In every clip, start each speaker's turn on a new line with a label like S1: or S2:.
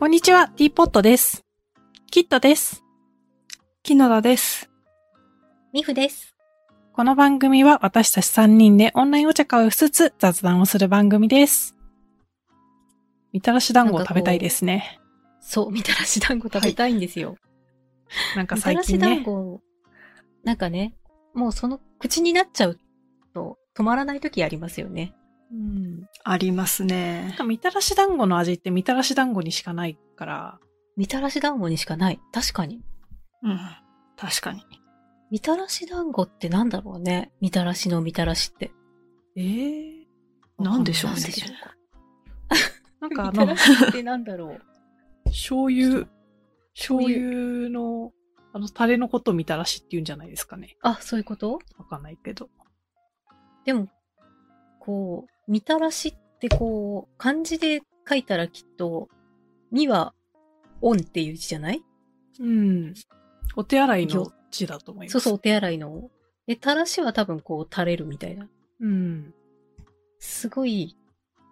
S1: こんにちは、ティーポットです。キットです。
S2: 木野田です。
S3: ミフです。
S1: この番組は私たち3人でオンラインお茶会をしつつ雑談をする番組です。みたらし団子を食べたいですね。
S3: そう、みたらし団子食べたいんですよ。
S1: なんか
S3: みた
S1: 最
S3: らし
S1: 近
S3: 団
S1: ね。
S3: 子、なんかね、もうその口になっちゃうと止まらない時ありますよね。
S2: うん、あります
S1: な
S2: ね
S1: ん。かみたらし団子の味ってみたらし団子にしかないから、
S3: みたらし団子にしかない。確かに。
S2: うん、確かに。
S3: みたらし団子ってなんだろうね。みたらしのみたらしって。
S1: えー、
S2: なんでしょう
S3: なん
S2: ね。
S3: でしょうか。
S1: なんかあ
S3: みた
S1: の
S3: ら、しってなんだろう。
S1: 醤油、醤
S3: 醤油
S1: 油の、あの、タレのことみたらしって言うんじゃないですかね。
S3: あ、そういうこと
S1: わかんないけど。
S3: でも、こう、みたらしってこう、漢字で書いたらきっと、みは、オンっていう字じゃない
S1: うん。お手洗いの字だと思います。
S3: そうそう、お手洗いの。で、たらしは多分こう、垂れるみたいな。
S1: うん。
S3: すごい、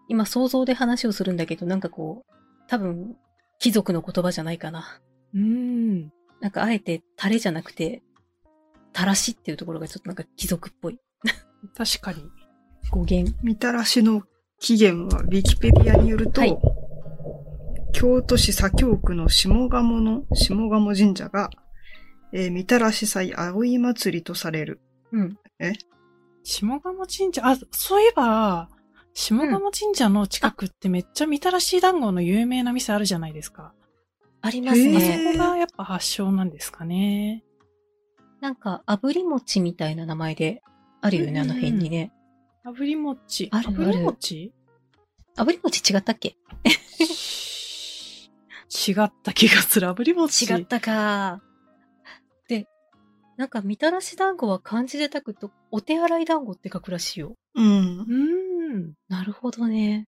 S3: 今想像で話をするんだけど、なんかこう、多分、貴族の言葉じゃないかな。
S1: うん。
S3: なんかあえて、垂れじゃなくて、たらしっていうところがちょっとなんか貴族っぽい。
S1: 確かに。
S3: 語源。
S2: みたらしの起源は、ウィキペディアによると、
S3: はい
S2: 京都市左京区の下鴨の下鴨神社が、えーみたらし祭葵祭りとされる。
S3: うん。
S1: 下鴨神社、あ、そういえば、下鴨神社の近くってめっちゃみたらし団子の有名な店あるじゃないですか。
S3: あります
S1: あそ
S3: ね。
S2: へー
S1: こがやっぱ発祥なんですかね。
S3: なんか、炙り餅みたいな名前で、あるよね、あの辺にね。
S1: 炙り餅。
S3: あるある
S1: 炙り餅
S3: 炙り餅違ったっけ
S1: 違った気がする。炙り餅。
S3: 違ったか。で、なんか、みたらし団子は漢字で書くと、お手洗い団子って書くらしいよ。
S2: うん
S1: う。ーん。
S3: なるほどね。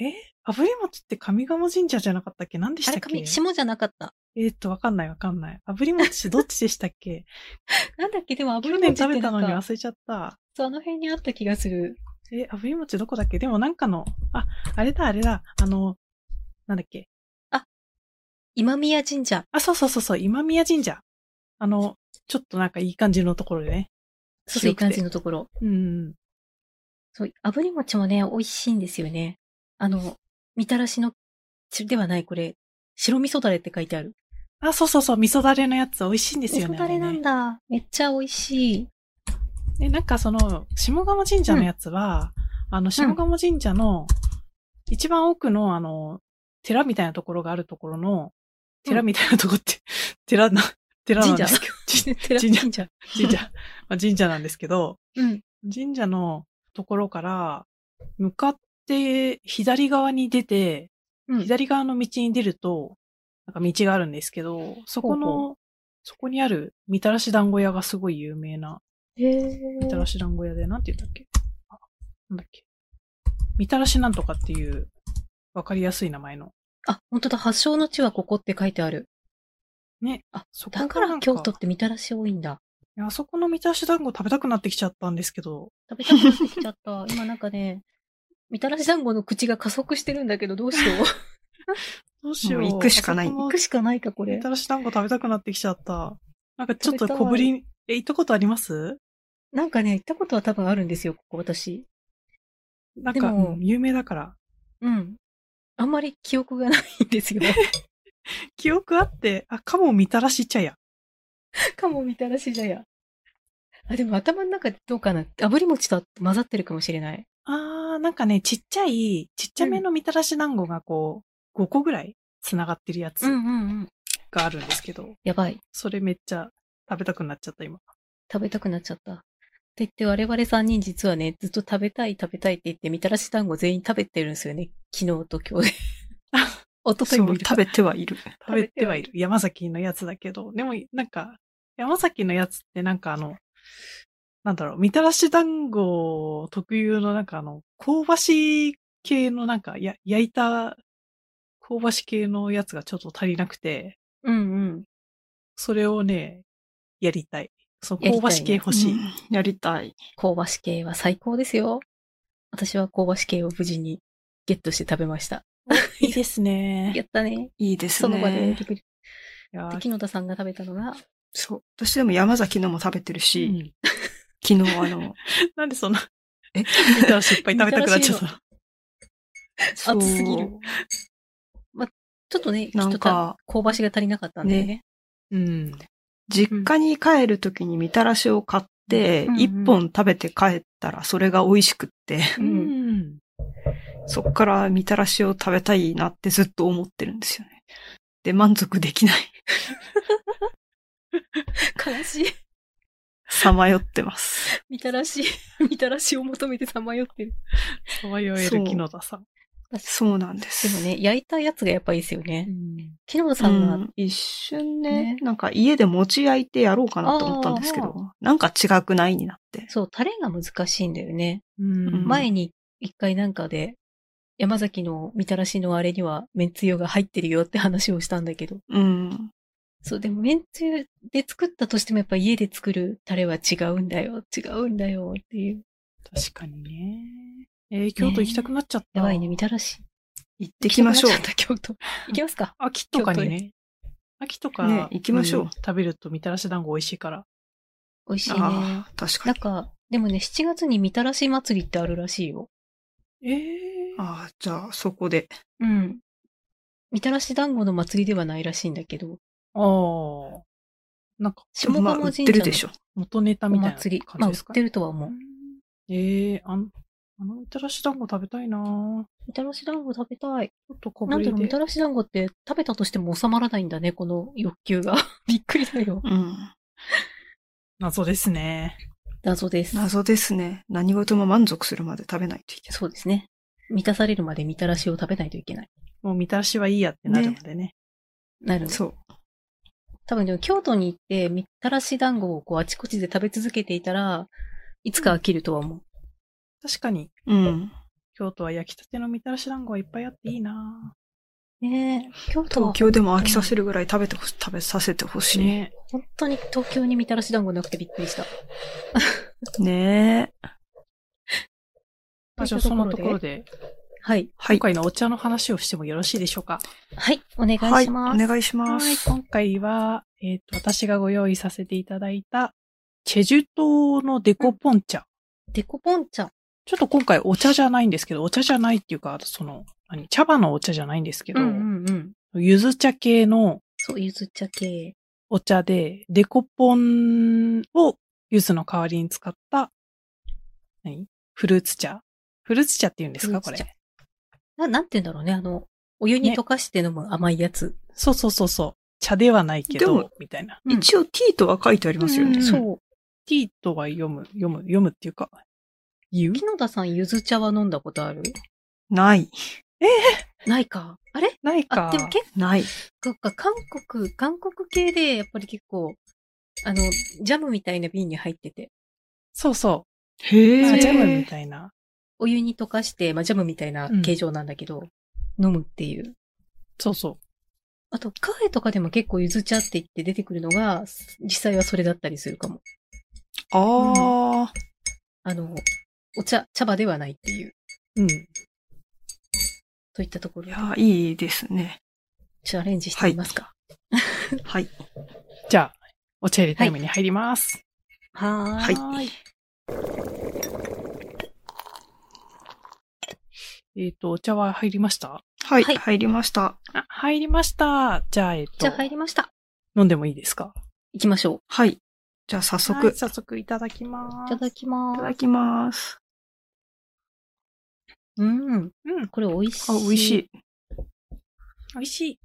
S1: え炙り餅って上鴨神社じゃなかったっけ何でした
S3: あれ、
S1: っけ
S3: 紙、霜じゃなかった。
S1: えーっと、わかんないわかんない。炙り餅どっちでしたっ け
S3: なんだっけ、でも炙
S1: 去
S3: り
S1: 年
S3: 餅っ
S1: 食べ
S3: てな
S1: たの
S3: ん
S1: に
S3: か、
S1: 忘れちゃった。
S3: そう、あの辺にあった気がする。
S1: え、炙り餅どこだっけでもなんかの、あ、あれだあれだ、あの、なんだっけ
S3: 今宮神社。
S1: あ、そうそうそうそう、今宮神社。あの、ちょっとなんかいい感じのところでね。
S3: そうそう、いい感じ
S1: の。
S3: のところ。
S1: うん。
S3: そう、炙り餅もね、美味しいんですよね。あの、みたらしの、ちではない、これ、白味噌だれって書いてある。
S1: あ、そうそうそう、味噌だれのやつ美味しいんです
S3: 味
S1: よね。
S3: 噌だれな
S1: あれ
S3: ん
S1: ね
S3: だ。めっちゃ美味しい。
S1: え、なんかその、下鴨神社のやつは、あの、下鴨神社の、一番奥のあの、寺みたいなところがあるところの、寺みたいなとこって、 寺な、寺なんですけど、
S3: 寺
S1: 神社
S3: 神社。
S1: 神社、まあ、神社なんですけど、
S3: うん。
S1: 神社のところから、向かって左側に出て、
S3: うん。
S1: 左側の道に出ると、なんか道があるんですけど、そこの、
S3: ほう
S1: そこにあるみたらし団子屋がすごい有名な、
S3: へ
S1: みたら
S3: ー
S1: し団子屋で、なんて言うんだっけあなんだっけみたらしなんとかっていう、わかりやすい名前の。
S3: あ、本当だ。発祥の地はここって書いてある。
S1: ね。
S3: あ、
S1: そこが
S3: だか
S1: な
S3: ら
S1: ん
S3: 京都ってみたらし多いんだ。
S1: いやあそこのみたらし団子食べたくなってきちゃったんですけど、
S3: 食べたくなってきちゃった。今なんかね、みたらし団子の口が加速してるんだけど、どうしよう。
S1: どうしよう。
S2: もう行くしかない
S1: あそこ
S3: 行
S1: の
S3: くしかないか、これ
S1: みた。らし団子食べたくなってきちゃった。なんかちょっと
S3: 食べたい
S1: 小ぶり、え、行ったことあります
S3: なんかね、行ったことは多分あるんですよ、ここ私。
S1: なん
S3: で
S1: か、
S3: も
S1: うん有名だから。
S3: うん。あんまり記憶がないんですよ。
S1: 記憶あって、あ、かもみたらし茶屋。
S3: かもみたらしだや。あ、でも頭の中でどうかな。炙り餅と混ざってるかもしれない。
S1: あー、なんかね、ちっちゃい、ちっちゃめのみたらし団子がこう、5個ぐらい繋がってるやつ
S3: うんうん。
S1: があるんですけど、
S3: やばい。
S1: それめっちゃ食べたくなっちゃった今。
S3: 食べたくなっちゃった。って言って我々3人実はね、ずっと食べたい食べたいって言って、みたらし団子全員食べてるんですよね。昨日と今日 で。おととい
S2: そ
S3: も
S2: う、
S3: いるか
S2: 食べてはいる。
S1: 食べてはいる。山崎のやつだけど、でも、なんか、山崎のやつってなんかあの、なんだろう、みたらし団子特有のなんかあの、香ばしい系のなんか、や、焼いた香ばし系のやつがちょっと足りなくて、
S3: うんうん。
S1: それをね、やりたい。そ
S3: や
S1: の香
S3: りたいね
S1: ばし系欲しい。
S2: うんやりたい。
S3: 香ばし系は最高ですよ。私は香ばし系を無事にゲットして食べました。
S1: いいですね。
S3: やったね。
S2: いいです
S3: その場で
S2: ね。
S3: できる。
S1: いや
S3: で
S1: ー
S3: 木野田さんが食べたのが、
S2: そう。私でも山崎のも食べてるし、
S1: うん
S2: 昨日 あの、
S1: なんでそ んな、
S2: え
S1: 見たら失敗食べたくなっちゃった。
S2: そう
S3: 熱すぎる。ちょっとね、
S2: なん
S3: ちょっと
S2: か
S3: た香ばしが足りなかったんだよね。
S1: うん。
S2: 実家に帰るときにみたらしを買って
S3: う、ん
S2: 一本食べて帰ったらそれが美味しくって、
S1: う。
S3: うん
S2: そっからみたらしを食べたいなってずっと思ってるんですよね。で、満足できない。
S3: 悲しい。
S2: さまよってます。
S3: みたらし、 みたらしを求めてさまよってる。
S1: さまよえ
S2: そう
S1: る木野田さん。
S2: そうなんです。
S3: でもね、焼いたやつがやっぱいいですよね。
S1: ん。
S3: 木野田さんが、
S2: うん一瞬ね
S3: ね
S2: なんか家で持ち焼いてやろうかなと思ったんですけ
S3: あ
S2: ど、なんか違くないになって。
S3: そう、タレが難しいんだよね。
S1: うん。
S3: 前に一回なんかで、山崎のみたらしのあれにはめんつゆが入ってるよって話をしたんだけど。
S2: うん。
S3: そう、でもめんつゆで作ったとしてもやっぱ家で作るタレは違うんだよ、違うんだよっていう。
S1: 確かにね。えー、京都行きたくなっちゃった。
S3: やばいね、みたらし。
S2: 行ってきましょう
S3: 行。きたくなっちゃった京都。行きますか。
S1: 秋とかにね。秋とか、
S2: ね行きましょうん
S1: 食べるとみたらし団子美味しいから。
S3: 美味しいね。
S2: ああ、確か
S3: なん
S2: に。
S3: か、でもね、7月にみたらし祭りってあるらしいよ。
S1: ええー。
S2: ああ、じゃあそこで。
S3: うん。みたらし団子の祭りではないらしいんだけど、
S1: あー。なんか、
S3: 下鴨
S2: まあ、売
S3: 神社
S2: ってる
S3: の
S2: でしょ。
S1: 元ネタ
S3: お
S1: みたいな
S3: 祭り。まあ、
S1: 感
S3: 売
S1: じ
S3: っ
S1: ですか、
S3: てるとは思う。
S1: ええー、あの、あのみたらし団子食べたいなぁ
S3: みたらし団子食べたい。
S1: ちょっと小
S3: な
S1: ぶ
S3: ん
S1: り
S3: だろう、み
S1: で
S3: た。らし団子って食べたとしても収まらないんだね、この欲求が。 びっくりだよ。
S2: うん。
S1: 謎ですね。
S3: 謎です。
S2: 謎ですね。何事も満足するまで食べないといけない。
S3: そうですね。満たされるまでみたらしを食べないといけない。
S1: もうみたらしはいいやってなるのでね。
S3: なるほど
S2: そう。
S3: 多分でも京都に行って、みたらし団子をこうあちこちで食べ続けていたら、いつか飽きるとは思う。
S1: 確かに、
S2: うん。
S1: 京都は焼きたてのみたらし団子はいっぱいあっていいな
S3: ねえ、京都は
S2: 東京でも飽きさせるぐらい食べてほし、食べさせてほ
S1: ぁ
S2: しい。
S1: ね
S3: 本当に東京にみたらし団子なくてびっくりした。
S2: ねえ。
S1: まあ、じゃあそのところで、
S3: はい。
S2: はい
S1: 今。回のお茶の話をしてもよろしいでしょうか。
S3: はい。お願い
S2: はい。
S3: し
S2: お
S3: ます。
S2: 願いしま
S1: はい、
S2: す。
S1: 今回は、えっ、と、私がご用意させていただいた、チェジュ島のデコポン茶。
S3: デコポン茶。
S1: ちょっと今回お茶じゃないんですけど、お茶じゃないっていうか、その、何茶葉のお茶じゃないんですけど、
S3: んうん。
S1: ゆず茶系の
S3: そう、ゆず茶系。
S1: お茶で、デコポンをゆずの代わりに使った、何フルーツ茶フルーツ茶って言うんですかこ
S3: フルー
S1: れ
S3: ツ。な、なんて言うんだろうね。あの、お湯に
S1: ね
S3: 溶かして飲む甘いやつ。
S1: そうそうそうそう。茶ではないけ
S2: で
S1: ど
S2: も、
S1: みたいな。
S3: うん
S2: 一応 T とは書いてありますよ
S1: うん
S2: ね。
S3: そう。
S1: ティーとは読む、読む、読むっていうか、言う
S3: 木野田さん、ゆず茶は飲んだことある
S2: ない。
S3: ないか。あれ
S1: ないか。
S3: あ、でも結
S2: ない。
S3: 構か、韓国、韓国系で、やっぱり結構、あの、ジャムみたいな瓶に入ってて、
S1: そうそ
S2: へ
S1: う。
S2: え。
S1: なんかジャムみたいな。
S3: お湯に溶かして、まあ、ジャムみたいな形状なんだけど、飲むっていう。
S1: そうそ
S3: あと、カフェとかでも結構ゆず茶って言って出てくるのが、実際はそれだったりするかも。
S2: ああ、
S3: あの、お茶、茶葉ではないっていう、
S1: う。うん。
S3: といったところ
S2: い
S3: で
S2: や、いいですね。
S3: チャレンジしてみますか。
S2: はい。
S1: じゃあ、お茶入れタイムに入ります。
S3: は
S2: はい
S1: はーい。えっ、と、お茶は入りました
S2: はい、
S3: はい
S2: 入りました。
S1: あ、入りました。じゃあ、えっ、と、
S3: じゃあ入りました。
S1: 飲んでもいいですか
S3: 行きましょ
S2: はい。じゃあ早速、、
S1: はいい、早速いただきま
S3: う。
S1: す
S3: いた。だきま
S2: た
S3: ー
S2: だ
S3: す。
S2: きます。
S3: うん。
S1: うん、
S3: これ美味しい。
S2: あ、美味しい。。
S1: 美味しい。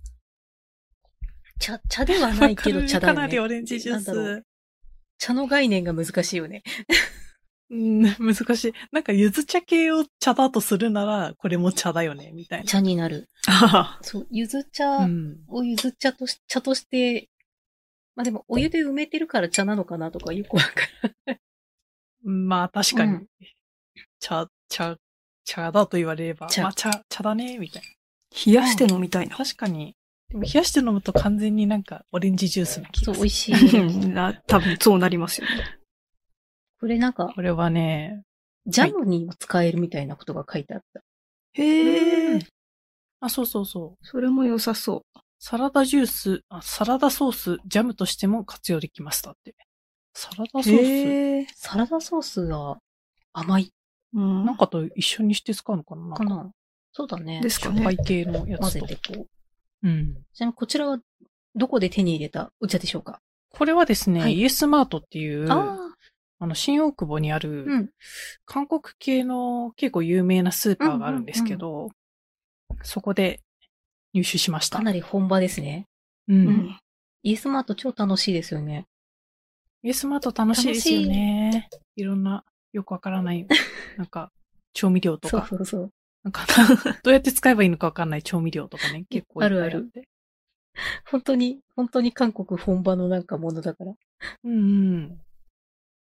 S3: 茶、茶ではないけど茶だ
S1: か
S3: よ
S1: なり
S3: ね。
S1: オレンジジュース。
S3: なんだろ
S1: う
S3: う茶の概念が難しいよね。
S1: ん、難しい。なんか、ゆず茶系を茶だとするなら、これも茶だよね、みたいな。
S3: 茶になる。
S2: あ
S3: そう、ゆず茶
S1: うん。
S3: をゆず茶とし、茶として、まあでもお湯で埋めてるから茶なのかなとかよくわかる。
S1: まあ、確かに。
S3: うん
S1: 茶、茶、茶だと言われれば、
S3: 茶
S1: まあ、茶、茶だね、みたい
S2: 冷やして飲みたい
S1: な。
S2: な。
S1: 確かに。でも冷やして飲むと完全になんかオレンジジュースな気
S3: そ
S1: が
S3: う、
S1: す
S3: 美
S1: る
S3: 味。しい。
S2: な多分そうなりますよね。
S3: これなんか、
S1: これはね、
S3: ジャムにも使えるみたいなことが書いてあった。
S2: へえ。
S1: あ、そうそうそう。
S2: それも良さそ
S1: サラダジュース、あサラダソース、ジャムとしても活用できましたって。サラダ
S2: う。
S1: ソー
S2: へえ。
S3: サラダソースが甘い
S2: うん。
S1: スなんかと一緒にして使うのかななん
S3: か
S1: か
S3: な。そうだね
S2: で。すか
S1: パイ
S2: ね。
S1: 系のや
S3: 混
S1: つ
S3: ぜ
S1: と
S3: て。こう。
S1: うん。
S3: ちなみにこちらはどこで手に入れたお茶でしょうか
S1: これはですね、
S3: はい
S1: イエスマートっていう、あ
S3: ああ、
S1: の、新大久保にある、
S3: うん。
S1: 韓国系の結構有名なスーパーがあるんですけど、そこで入手しました。
S3: かなり本場ですね。
S1: うん。
S2: うん。
S3: イエスマート超楽しいですよね。
S1: イエスマート楽しいですよね。いろんな、よくわからない、なんか、調味料と
S3: そう
S1: か、
S3: そうそう。
S1: なんか、どうやって使えばいいのかわかんない調味料とかね、結構いっぱい
S3: あるある
S1: って。
S3: 本当に、本当に韓国本場のなんかものだから。
S1: うんうん。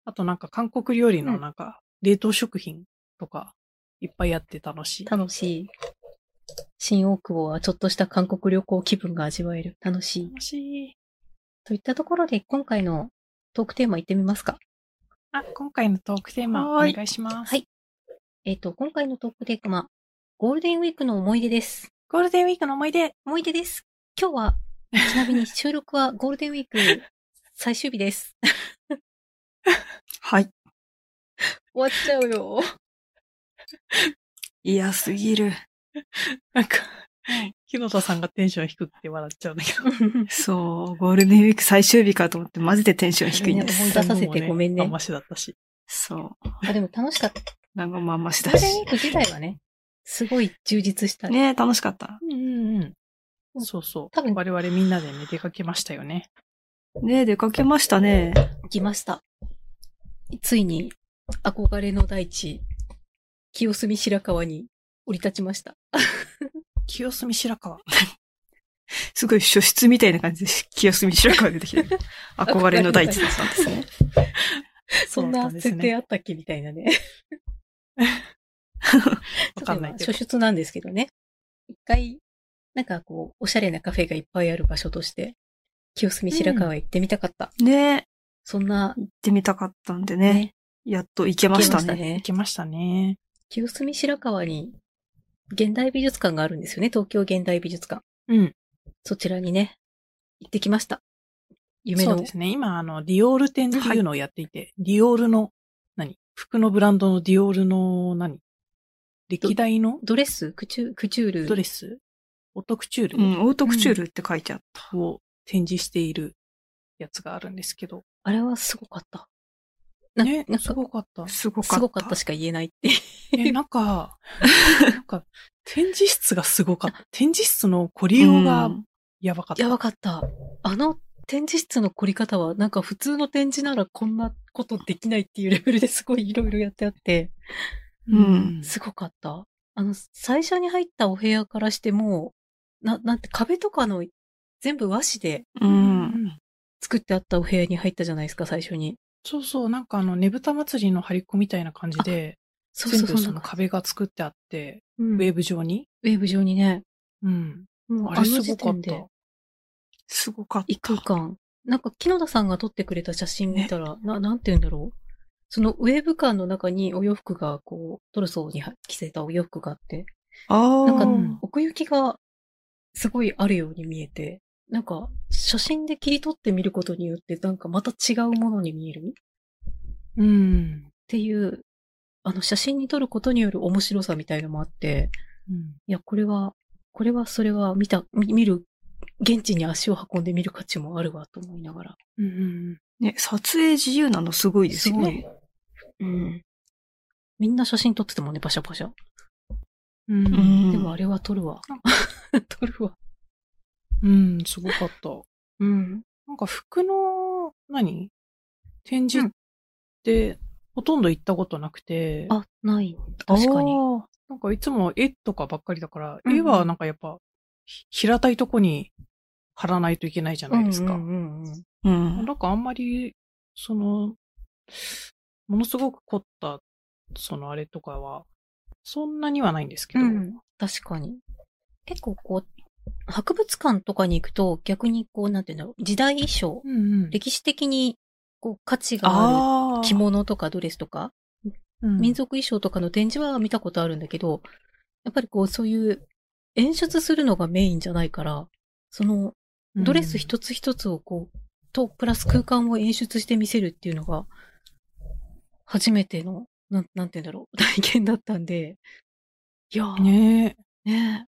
S1: あとなんか、韓国料理のなんか、冷凍食品とか、いっぱいやって楽しい。
S3: 楽しい。新大久保はちょっとした韓国旅行気分が味わえる。楽しい。
S1: 楽しい。
S3: といったところで今回のトークテーマ行ってみますか。
S1: あ、今回のトークテーマ、お
S2: はーい
S1: 願いします。
S3: はいえっ、と、今回のトークテーマ、ゴールデンウィークの思い出です。
S1: ゴールデンウィークの思い出。
S3: 思い出です。今日は、ちなみに収録はゴールデンウィーク最終日です。
S2: はい。
S3: 終わっちゃうよ。
S2: 嫌すぎ る。
S1: なんか、木野田さんがテンション低くて笑っちゃうんだけど。
S2: そう、ゴールデンウィーク最終日かと思って、マジでテンション低いんで
S3: 思い
S2: す。
S3: 出させてごめんね
S1: あんましだったし。
S2: そ
S3: あ、でも楽しかった。
S2: う。なんかまんまし
S3: ゴー
S2: だ
S3: ルデンウィ
S2: し
S3: ー。ク自体はね、すごい充実した。
S2: ねえ楽しかった。
S1: うんうんうん。そうそう。
S3: 多分
S1: 我々みんなでね、出かけましたよね。
S2: ねえ出かけましたね。
S3: 行きました。ついに、憧れの大地、清澄白河に降り立ちました。
S1: 清澄白河。
S2: すごい初出みたいな感じで、清澄白河出てきて、憧れの大地だったんですね。
S3: そん
S1: そうだ
S3: な
S1: ったんですね
S3: 設定あったっけみたいなね。
S1: わかんないけど
S3: 初。出なんですけどね。一回、なんかこう、おしゃれなカフェがいっぱいある場所として、清澄白河へ行ってみたかった。
S2: ねえ
S3: そんな、
S2: 行ってみたかったんで
S3: ね、
S2: ね。やっと行け
S3: 行
S2: ま
S3: け
S2: した
S3: ました
S2: ね。
S1: 行
S3: ね。
S1: きましたね。
S3: 清澄白河に、現代美術館があるんですよね。東京現代美術館。
S1: うん。
S3: そちらにね、行ってきました。夢
S1: そう
S3: の
S1: ですね。今、あの、ディオール展っていうのをやっていて、ディオールの、何服のブランドのディオールの何、歴代の
S3: ドレスクチュクチュール。
S1: ドレスオトクチュール、
S2: うん、オートクチュールって書いてあった。
S1: を展示しているやつがあるんですけど。
S3: あれはすごかった。な
S1: ね
S3: な、ん
S1: す
S3: か
S1: ごかった。
S2: すごかった。
S3: すごかったしか言えないって。
S1: え、なんか、なんか、展示室がすごかった。展示室のコリオが
S2: うん
S1: やばかった。
S3: やばかった。あの展示室の凝り方は、なんか普通の展示ならこんなことできないっていうレベルですごいいろいろやってあって、
S2: うん
S3: すごかった。あの、最初に入ったお部屋からしてもう、な、なんて壁とかの全部和紙で
S2: う。
S1: うん
S3: 作ってあったお部屋に入ったじゃないですか、最初に。
S1: そうそう、なんかあの、ねぶた祭りの張り子みたいな感じで、
S3: そう
S1: 全
S3: そう
S1: 部
S3: そ。
S1: そうの壁が作ってあって、
S3: うん
S1: ウ
S3: ウ
S1: ェ
S3: ェ
S1: ーブ上に。
S3: ブ上にね、
S1: うん。
S3: もう
S1: あ
S3: あの
S1: れすご
S3: 時
S1: かっ
S3: 点で
S1: た。
S2: すごかっ
S3: 異
S2: た
S3: 空。間。なんか、木野田さんが撮ってくれた写真見たら、な、なんて言うんだろう。そのウェーブ感の中にお洋服が、こう、トルソーには着せたお洋服があって、
S2: あ
S3: なんか
S2: あ。
S3: 奥行きがすごいあるように見えて、なんか、写真で切り取ってみることによって、なんかまた違うものに見えるっ
S1: うん。
S3: ていう、あの、写真に撮ることによる面白さみたいのもあって、
S1: うん
S3: いや、これは、これは、それは見た、見見る、現地に足を運んでみる価値もあるわと思いながら。
S1: うんうん。
S2: ね、撮影自由なのすごいですよ
S3: す
S2: ね。
S3: うん。みんな写真撮ってたもんね、パシャパシャ。
S1: うん
S2: う
S3: でもあ
S2: ん。
S3: れは撮るわ。 撮るわ。
S1: うん、すごかった。
S3: うん。
S1: なんか服の、何展示って、ほとんど行ったことなくて。
S3: あ、ない。確かに。
S1: あー。なんかいつも絵とかばっかりだから、
S3: うんうん
S1: 絵はなんかやっぱ、ひ平たいとこに貼らないといけないじゃないですか。
S3: うんうんうん
S2: うん。
S1: なんかあんまり、その、ものすごく凝った、そのあれとかは、そんなにはないんですけ
S3: う
S1: ど。
S3: ん、うん。確かに。結構こう、博物館とかに行くと逆にこう、なんていうんだろう、時代衣装、
S1: うんうん
S3: 歴史的にこう価値があ
S2: あ
S3: る
S2: あー。
S3: 着物とかドレスとか、民族衣装とかの展示は見たことあるんだけど、やっぱりこう、そういう演出するのがメインじゃないから、その、ドレス一つ一つをこう、と、プラス空間を演出して見せるっていうのが、初めての、なん、なんて言うんだろう、 体験だったんで、いやー、ね
S1: ねえ、
S3: え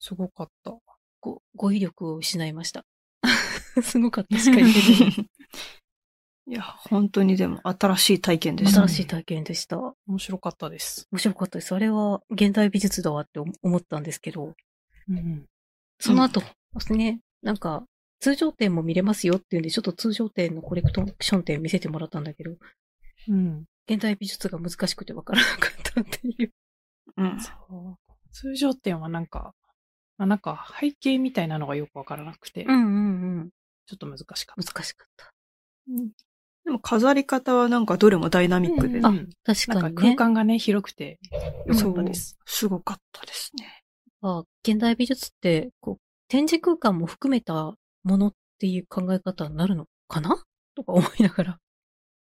S1: すごかった。
S3: ご、語彙力を失いました。 すごか ったしか言ってない。
S2: いや、本当にでも新しい体験でした
S3: 新
S2: ね。
S3: しい体験でした。
S1: 面白かったです。
S3: 面白かったです。あれは現代美術だわって思思ったんですけど、
S1: うん。
S3: その後、ね、なんか、通常展も見れますよっていうんで、ちょっと通常展のコレクション展見せてもらったんだけど、
S1: うん。
S3: 現代美術が難しくてわからなかったっていう。
S2: うん。
S1: そう通常点はなんか、まあ、なんか背景みたいなのがよくわからなくて、
S3: うんうんうん。
S1: ちょっと難しかっ
S3: 難しかった。
S2: でも飾り方はなんかどれもダイナミックで、
S1: た。
S3: あ
S1: うん
S3: 確
S1: な
S3: か
S1: んか空
S3: にね。
S1: 間がね、広くてよかったです。
S2: すごかったですね。
S3: あ現代美術って、こう、展示空間も含めたものっていう考え方になるのかなとか思いながら。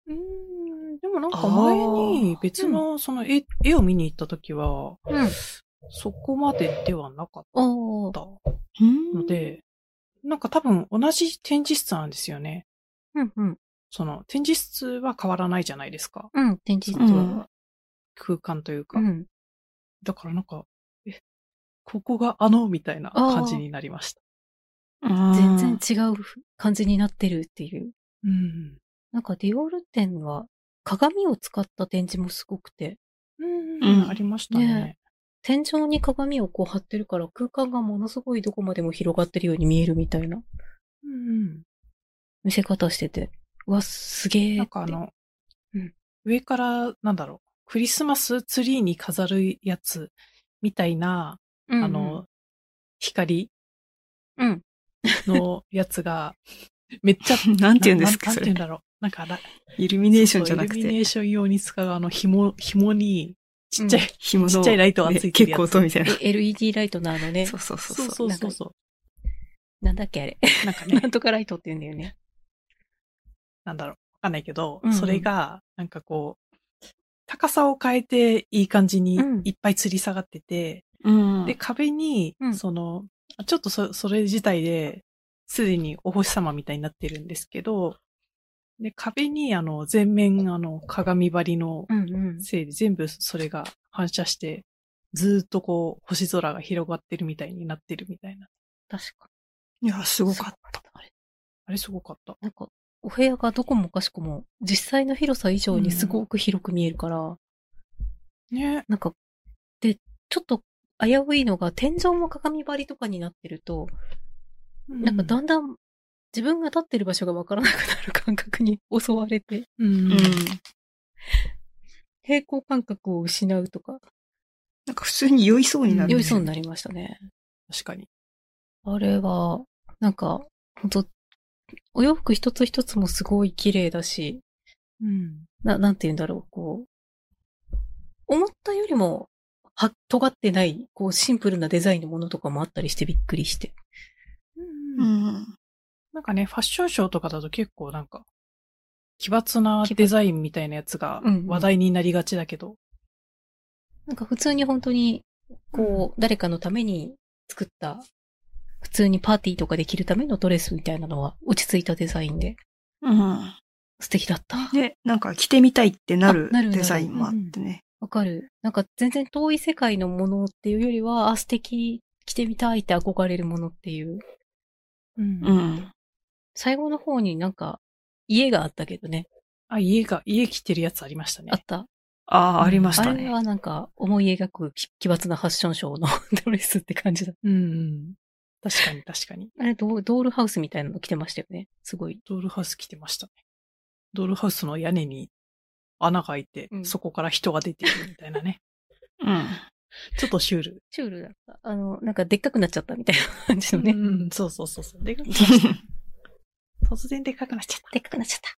S1: うーんでもなんか前に別のその絵,、絵を見に行った時は、
S3: うん
S1: そこまでではなかっ
S3: おー。
S1: た
S2: うん
S1: ので、なんか多分同じ展示室なんですよね。
S3: うんうん。
S1: その展示室は変わらないじゃないですか。
S3: うん、展示
S2: う
S3: 室
S2: ん
S3: は。
S1: 空間というか。
S3: うん。
S1: だからなんか、え、ここがあのみたいな感じになりました。
S3: 全然違う感じになってるっていう。
S1: うん。
S3: なんかディオール展は鏡を使った展示もすごくて、
S1: うん、
S2: うん
S1: ありましたね。
S3: ね天井に鏡をこう貼ってるから空間がものすごいどこまでも広がってるように見えるみたいな
S1: うん、
S3: 見せ方してて、うわ、すげ
S1: う
S3: え
S1: ん。
S3: って。
S1: なんかあの、
S3: うん
S1: 上から、なんだろう、クリスマスツリーに飾るやつみたいな、
S3: うんうん
S1: あの、光
S3: うん。
S1: のやつが、めっちゃ、
S2: なんて言うんですか、
S1: な
S2: そ
S1: なんて言う
S2: れ
S1: ん。だろう。なんかラ、
S2: イルミネーションじゃな
S1: イル
S2: く
S1: ミネ
S2: て、
S1: ーション用に使うあの紐、紐に、ちっちゃい、
S2: 紐の。
S1: ちっちゃいライトがついてるやつ
S2: ね結構音みたいな。
S3: え LED ライトのあのね
S2: そ、うそうそう
S1: そうそうう
S2: そ。
S3: なん
S1: そ
S3: か
S1: うそう。
S3: なんだっけあれ。
S1: なんかね
S3: な、んとかライトって言うんだよね。
S1: なんだろう、わかんないけど、
S3: うんうん
S1: それが、なんかこう、高さを変えていい感じに
S3: うん
S1: いっぱい吊り下がってて、
S2: うん
S1: で、壁に、
S3: うん
S1: その、ちょっとそそれ自体で、すでにお星様みたいになってるんですけど、で、壁に、あの、全面、あの、鏡張りの
S3: うんうん。
S1: せいで、全部それが反射して、ずーっとこう、星空が広がってるみたいになってるみたいな。
S3: 確か
S2: いや、す
S3: に。
S2: ごかっ
S3: た。
S2: た。
S3: あれ
S1: あれすごかった。
S3: なんか、お部屋がどこもかしこも、実際の広さ以上にすごく広く見えるから、
S1: ね。
S3: なんか、で、ちょっと危ういのが、天井も鏡張りとかになってると、なんかだんだん自分が立ってる場所がわからなくなる感覚に襲われて、
S1: うん、
S2: うん。
S3: 平行感覚を失うとか、
S2: なんか普通に酔いそうになる。
S3: 酔いそうになりましたね。
S1: 確かに。
S3: あれは、なんか、ほんと、お洋服一つ一つもすごい綺麗だし、
S1: うん。
S3: な、なんて言うんだろう、こう、思ったよりも、は、尖ってない、こう、シンプルなデザインのものとかもあったりしてびっくりして。
S1: うん
S2: うん。
S1: なんかね、ファッションショーとかだと結構なんか、奇抜なデザインみたいなやつが
S3: うんうん
S1: 話題になりがちだけど。
S3: なんか普通に本当に、こう、誰かのために作った、普通にパーティーとかで着るためのドレスみたいなのは落ち着いたデザインで
S2: うん。
S3: 素敵だった。
S2: で、なんか着てみたいってなる
S3: あなるなる
S2: デザインもあってね。
S3: わかる。なんか全然遠い世界のものっていうよりは、あ、素敵、着てみたいって憧れるものっていう。
S1: うん
S2: うん。
S3: 最後の方になんか、家があったけどね。
S1: あ、家が、家着てるやつありました
S3: あっ
S1: ね。
S3: た。
S2: ああ、ありまし
S3: あ
S2: た
S3: れ
S2: ね。
S3: はなんか、思い描く奇奇抜なファッションショーの ドレスって感じだ。
S1: うんうん。確かに確かに。
S3: あれド、ドールハウスみたいなの着てましたよね。すごい。
S1: ドールハウス着てましたね。ドールハウスの屋根に穴が開いて、
S3: うん
S1: そこから人が出てるみたいなね。
S2: うん。
S1: ちょっとシュール。
S3: シュールだった。あの、なんかでっかくなっちゃったみたいな感じのね。
S1: うんうん、そうそうそうそう。でかくなっちゃった。突然でかくなっちゃった。
S3: でっかくなっちゃった。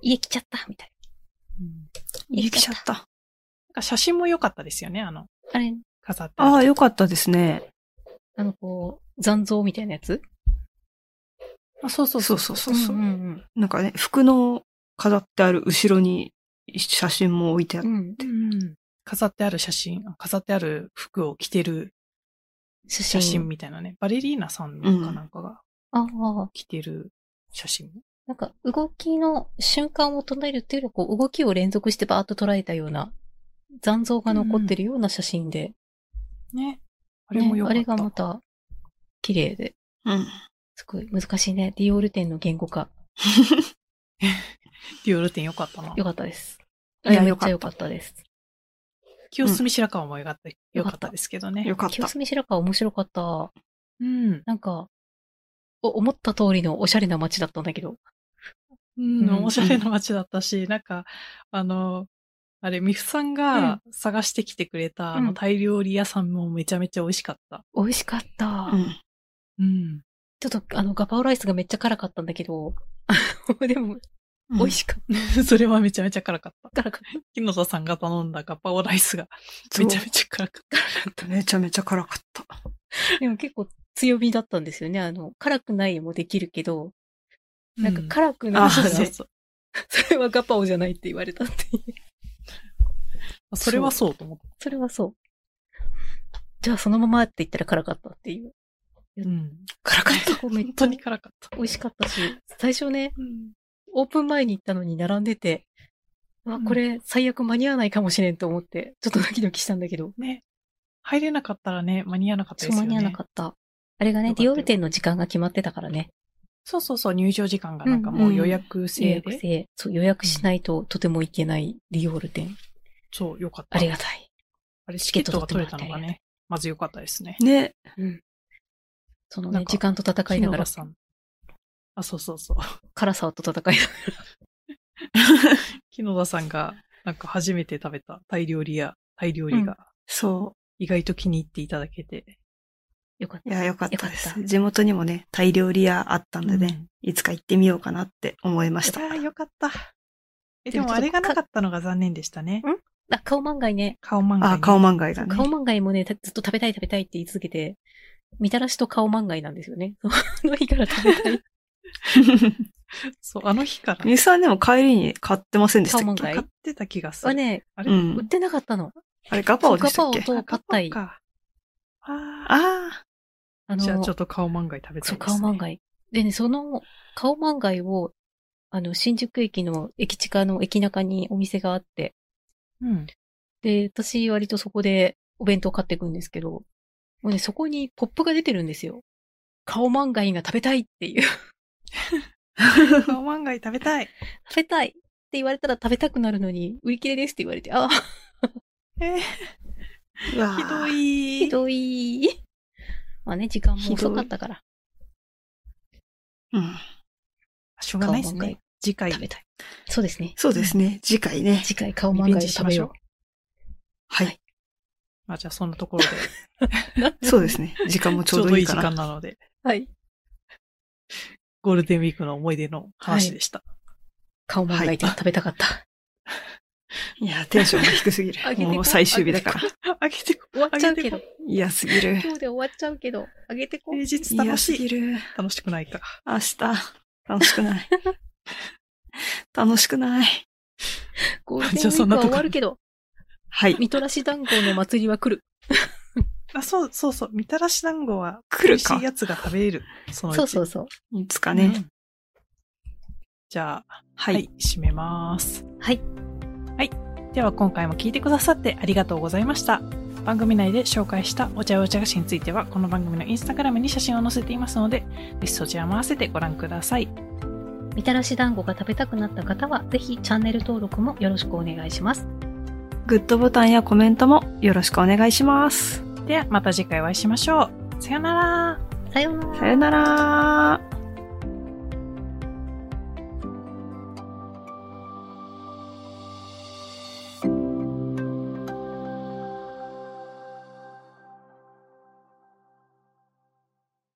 S3: 家来ちゃった、みたい
S2: 行きちゃった。
S1: なんか写真も良かったですよね、あの、
S3: な。あれ、
S1: 飾って
S2: あ
S1: あ
S2: あ、
S1: る。
S2: よかったですね。
S3: あの、こう、残像みたいなやつ
S1: あ、そうそうそ
S2: そう
S1: そ
S2: うそうう。そうそうう。
S3: ん
S2: なんかね、服の飾ってある後ろに写真も置いてあっ
S3: うんう
S2: て。
S3: ん。うん。
S1: 飾ってある写真、飾ってある服を着てる
S3: 写真。
S1: 写真みたいなね。バレリーナさんのかなんかが
S3: ああ、
S1: 着てる写真。
S3: なんか動きの瞬間を捉えるっていうよりはこう動きを連続してバーッと捉えたような残像が残ってるような写真で、
S1: ね。あれも
S3: ね
S1: よかっ
S3: あ
S1: た。
S3: れがまた綺麗で、
S2: うん。
S3: すごい難しいね。ディオール店の言語化。
S1: ディオール店よかったな。
S3: よかったです。
S1: いや
S3: めっちゃ
S1: よ
S3: 良
S1: か
S3: か
S1: っ
S3: ったです。
S1: 清澄白河もよかった、
S3: ん
S1: よかったですけどね
S2: よ。かっ
S3: 清
S2: た。
S3: 澄白河面白かった。
S1: うん。
S3: なんか、お思った通りのおしゃれな街だったんだけど。
S1: うん、
S3: うん
S1: おしゃれな街だったし、なんか、あの、あれ、ミフさんが探してきてくれた、あ
S3: う
S1: の、
S3: ん
S1: タイ料理屋さんもめちゃめちゃ美味しかった。
S3: 美味しかった。
S2: うん。
S1: うん。
S3: ちょっと、あの、ガパオライスがめっちゃ辛かったんだけど、 でも、
S2: うん
S3: 美味しかっ
S1: それはめちゃめちゃ辛かった。
S3: た。辛かっ
S1: 木野田さんが頼んだガパオライスが
S2: そう
S1: めちゃめちゃ辛かった。
S2: めちゃめちゃ辛かった。
S3: た。でも結構強みだったんですよね。あの、辛くないもできるけど、なんか
S1: う
S3: 辛く
S1: あ
S3: ないか
S1: そう
S3: ら、
S1: そうそう。
S3: それはガパオじゃないって言われたっていう。
S1: それはそうと思っ
S3: それはそう。じゃあそのままって言ったら辛かったっていう。
S1: た。うん。
S3: 辛かった。め
S1: 本
S3: っちゃ
S1: 当に辛かった。
S3: 美味しかったし、最初ね、
S1: うん。
S3: オープン前に行ったのに並んでて、あ
S1: うん
S3: これ最悪間に合わないかもしれんと思って、ちょっとドキドキしたんだけど、
S1: ね。入れなかったらね、間に合わなかった
S3: そ
S1: で
S3: う
S1: すよ
S3: 間
S1: ね。
S3: に合わなかった。あれがね、
S1: よかった
S3: デ
S1: よ
S3: ィオール店の時間が決まってたからね。
S1: そうそうそう、入場時間がなんかもう予約制
S3: 予
S1: で。
S3: 約制。そう、予約しないととても行けないディオール店。
S1: そう、よかった。
S3: ありがたい。
S1: あれ、チ
S3: チ
S1: ケ
S3: ケ
S1: ット
S3: ット
S1: が
S3: が
S1: 取れ
S3: 取れ
S1: た
S3: た
S1: の
S3: の
S1: が
S3: が
S1: ね、まず良かったですね。
S2: ね。
S3: その
S1: なん
S3: ね、
S1: か
S3: 時間と戦いな
S1: 篠
S3: が
S1: 田
S3: ら、
S1: さん。あ、そうそうそう。
S3: 辛さと戦いなが
S1: 木野田さんが、なんか初めて食べたタイ料理やタイ料理が、
S2: そ
S1: 意外と気に入っていただけて。
S3: ら。 よかっ
S2: う。いや、よかったで
S3: よか
S2: す
S3: っ。
S2: 地元にもね、タイ料理屋あったんでね、いつか行ってみようかなって思いました。
S1: ああ、よかった。え、で
S3: でも
S1: も
S3: ちょっと
S1: あれがなかったのが残念でしたね。
S3: た。あ、顔漫画ね。
S1: 顔漫画、
S2: あ、顔漫画がね。
S3: 顔漫画もね、たずっと食べたい食べたいって言い続けて、みたらしと顔漫画なんですよね。 その日から食べたい。
S1: そう、あの日から。
S2: ミさんでも帰りに買ってませんでした
S3: 顔
S2: っ
S3: 漫画
S2: け
S1: 買ってた気がす
S3: は
S1: る。
S3: ね、
S1: あれ、
S2: う
S3: 売っ
S2: ん。
S3: てなかったの。
S2: あれ、ガパオでしたっけ
S3: そうガパオとパッタイ
S1: あそうかあー
S2: あ
S3: あの、
S1: じゃあちょっと顔漫画食べたいです、
S3: そ
S1: ね。
S3: う、顔漫画。でね、その顔漫画を、あの、新宿駅の駅地下の駅中にお店があって、
S1: うん。
S3: で、私割とそこでお弁当買っていくんですけど、もうね、そこにポップが出てるんですよ。顔漫画が食べたいっていう。
S1: 顔漫画食べたい。
S3: 食べたいって言われたら食べたくなるのに、売り切れですって言われて、ああ、
S1: えー
S2: あ。うわー
S1: ひどい。
S3: ひどい。まあね、時間も遅かったから、
S2: うん。
S1: しょうがないですね。次回
S3: 食。べたい。そうです ね。
S2: そうですね。次回ね。
S3: 次回顔
S1: リ
S3: 漫
S1: ベン
S3: 画
S1: ジし
S3: 食
S1: ま
S3: べ
S1: しょ
S3: よ
S2: はい。
S1: まあじゃあそんなところで、
S3: う。な
S2: そうですね。時間も ち
S1: ち
S2: ょ
S1: ょ
S2: う
S1: う
S2: ど
S1: ど
S2: い
S1: い
S2: い
S1: い
S2: か
S1: 時
S2: な。
S1: 間なので、
S3: はい。
S1: ゴールデンウィークの思い出の話でした。
S3: 顔漫画が食べたか った。
S2: いや、テンションが低すぎ
S3: 上げて
S2: る。
S3: こう
S2: もう最終日 だから。
S1: あげてこ、
S3: 終わっちゃうけど。
S2: 嫌すぎる。
S3: 今日で終わっちゃうけど、あげてこ
S1: 平
S3: う。
S1: 日楽
S2: 嫌すぎ
S1: しい。
S2: る。
S1: 楽しくないか。
S2: 明日、楽しくない。 楽しくない。
S3: ゴールデンウィークは終わるけど、
S2: はい。
S3: みとらし団子の祭りは来る。
S1: あ、そうそうそう。みたらし団子は、
S2: 来
S1: 美
S2: る
S1: 味し
S2: か
S1: い。やつが食べれる。その
S3: そうそううそう。
S2: いつか
S1: だ
S2: ね。
S1: じゃあ、
S2: は
S1: はいい。、締めます。
S3: はい。
S1: では今回も聞いてくださってありがとうございました。番組内で紹介したお茶やお茶菓子については、この番組のインスタグラムに写真を載せていますので、ぜひそちらも合わせてご覧ください。
S3: みたらし団子が食べたくなった方は、ぜひチャンネル登録もよろしくお願いします。
S2: グッドボタンやコメントもよろしくお願いします。
S1: ではまた次回お会いしましょう。さよなら。
S3: さようなら。
S2: さよなら。